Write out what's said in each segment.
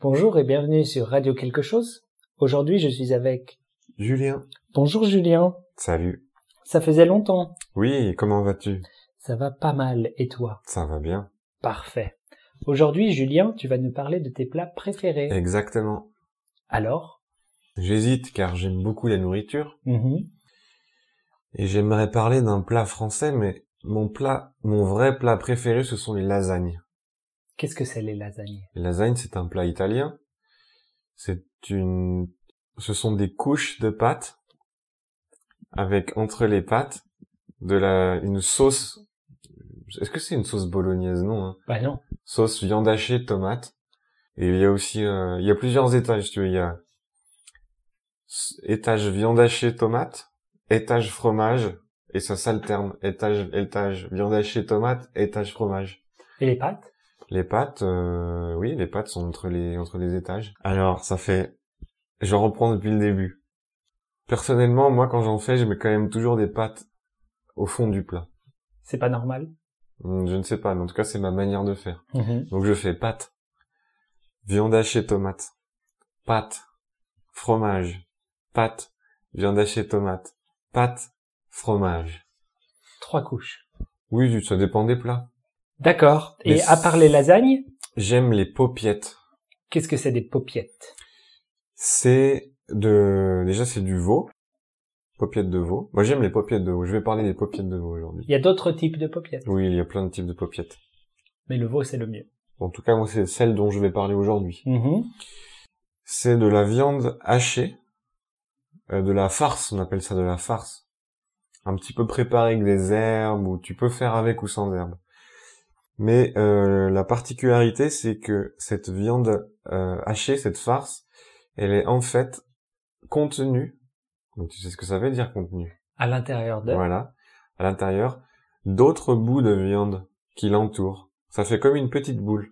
Bonjour et bienvenue sur Radio Quelque chose. Aujourd'hui, je suis avec. Julien, Bonjour Julien. salut. Ça faisait longtemps. Oui, comment vas-tu Ça va pas mal. Et toi Ça va bien. Parfait. Aujourd'hui, Julien, tu vas nous parler de tes plats préférés. Exactement. Alors J'hésite car j'aime beaucoup la nourriture Mhm. et j'aimerais parler d'un plat français, mais mon plat, mon vrai plat préféré, ce sont les lasagnes. Qu'est-ce que c'est les lasagnes Les lasagnes, c'est un plat italien. C'est une, ce sont des couches de pâtes avec entre les pâtes de la, une sauce. Est-ce que c'est une sauce bolognaise? Non, hein. Bah non. sauce viande hachée, tomate. Et il y a aussi, euh, il y a plusieurs étages, tu vois, il y a s- étage viande hachée, tomate, étage fromage, et ça s'alterne, étage, étage viande hachée, tomate, étage fromage. Et les pâtes Les pâtes, euh, oui, les pâtes sont entre les, entre les étages. Alors, ça fait, je reprends depuis le début. Personnellement, moi, quand j'en fais, je mets quand même toujours des pâtes au fond du plat. C'est pas normal Hum, Je ne sais pas, mais en tout cas, c'est ma manière de faire. Mhm. Donc je fais pâte, viande hachée tomate, pâte, fromage, pâte, viande hachée tomate, pâte, fromage. Trois couches. Oui, ça dépend des plats. D'accord. Et Mais à part les lasagnes, J'aime les paupiettes. qu'est-ce que c'est des paupiettes C'est de, déjà c'est du veau. Paupiettes de veau. Moi j'aime les paupiettes de veau. Je vais parler des paupiettes de veau aujourd'hui. Il y a d'autres types de paupiettes, Oui, il y a plein de types de paupiettes. mais le veau c'est le mieux. En tout cas, moi c'est celle dont je vais parler aujourd'hui. Mhm. C'est de la viande hachée, euh, de la farce, on appelle ça de la farce. Un petit peu préparée avec des herbes, ou tu peux faire avec ou sans herbes. Mais euh, la particularité, c'est que cette viande euh, hachée, cette farce, elle est en fait contenue, donc tu sais ce que ça veut dire contenue, À l'intérieur de. voilà, à l'intérieur, d'autres bouts de viande qui l'entourent. Ça fait comme une petite boule.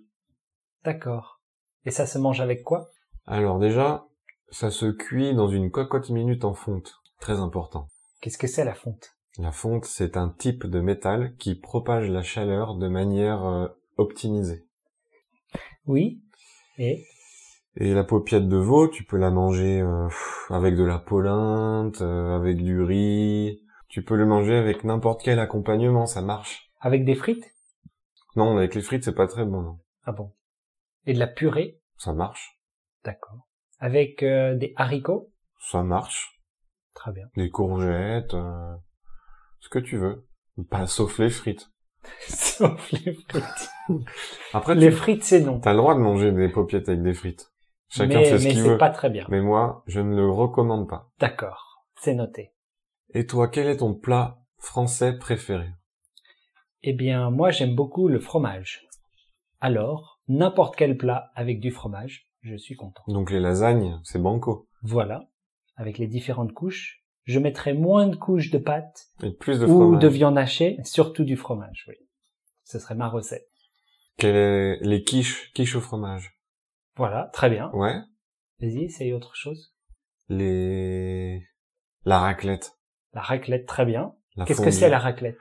D'accord. Et ça se mange avec quoi Alors déjà, ça se cuit dans une cocotte minute en fonte, très important. Qu'est-ce que c'est la fonte La fonte, c'est un type de métal qui propage la chaleur de manière euh, optimisée. Oui. Et Et la paupiette de veau, tu peux la manger euh, pff, avec de la polinte, euh, avec du riz. Tu peux le manger avec n'importe quel accompagnement, ça marche. avec des frites Non, avec les frites, c'est pas très bon. non. Ah bon. Et de la purée Ça marche, D'accord. Avec euh, des haricots ça marche. Très bien. Des courgettes, euh, ce que tu veux. Pas sauf les frites. Sauf les frites. Après, Les tu frites c'est non. as le droit de manger des paupiettes avec des frites. Chacun mais fait ce mais qu'il c'est veut. pas très bien. Mais moi, je ne le recommande pas. D'accord. C'est noté. Et toi, quel est ton plat français préféré Eh bien, moi j'aime beaucoup le fromage. Alors, n'importe quel plat avec du fromage, je suis content. Donc les lasagnes, c'est banco. Voilà. Avec les différentes couches, je mettrai moins de couches de pâtes Et plus de ou fromage. de viande hachée, surtout du fromage, oui. Ce serait ma recette. Quel est les quiches, quiches au fromage Voilà, très bien. Ouais. Vas-y, essaye autre chose. Les la raclette. La raclette, très bien. la Qu'est-ce que fondue. c'est la raclette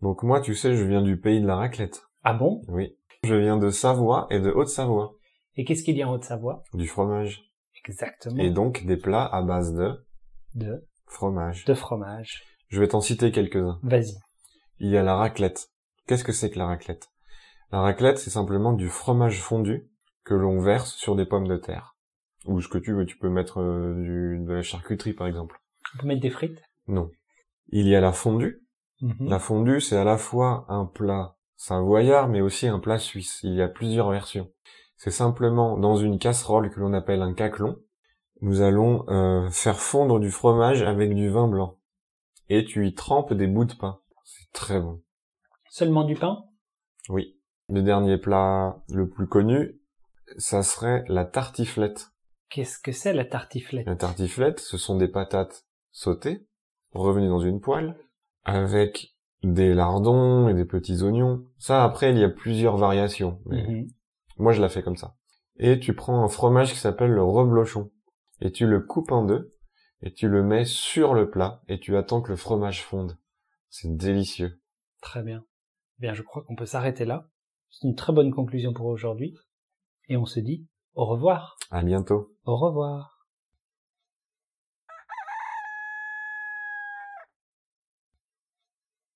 Donc moi, tu sais, je viens du pays de la raclette. Ah bon Oui. Je viens de Savoie et de Haute-Savoie. Et qu'est-ce qu'il y a en Haute-Savoie Du fromage. Exactement. Et donc des plats à base de De, fromage. de fromage. Je vais t'en citer quelques-uns. Vas-y. Il y a la raclette. Qu'est-ce que c'est que la raclette La raclette, c'est simplement du fromage fondu que l'on verse sur des pommes de terre. Ou ce que tu veux, tu peux mettre euh, du, de la charcuterie par exemple. On peut mettre des frites Non. Il y a la fondue. Mhm. La fondue, c'est à la fois un plat savoyard, mais aussi un plat suisse. Il y a plusieurs versions. C'est simplement dans une casserole que l'on appelle un caclon. Nous allons euh, faire fondre du fromage avec du vin blanc. Et tu y trempes des bouts de pain. C'est très bon. Seulement du pain Oui. Le dernier plat le plus connu, ça serait la tartiflette. Qu'est-ce que c'est la tartiflette La tartiflette, ce sont des patates sautées, revenues dans une poêle, avec des lardons et des petits oignons. Ça, après, il y a plusieurs variations. mais Mhm. Moi, je la fais comme ça. Et tu prends un fromage qui s'appelle le reblochon. Et tu le coupes en deux, et tu le mets sur le plat, et tu attends que le fromage fonde. C'est délicieux. Très bien. Eh bien, je crois qu'on peut s'arrêter là. C'est une très bonne conclusion pour aujourd'hui. Et on se dit Au revoir. À bientôt. Au revoir.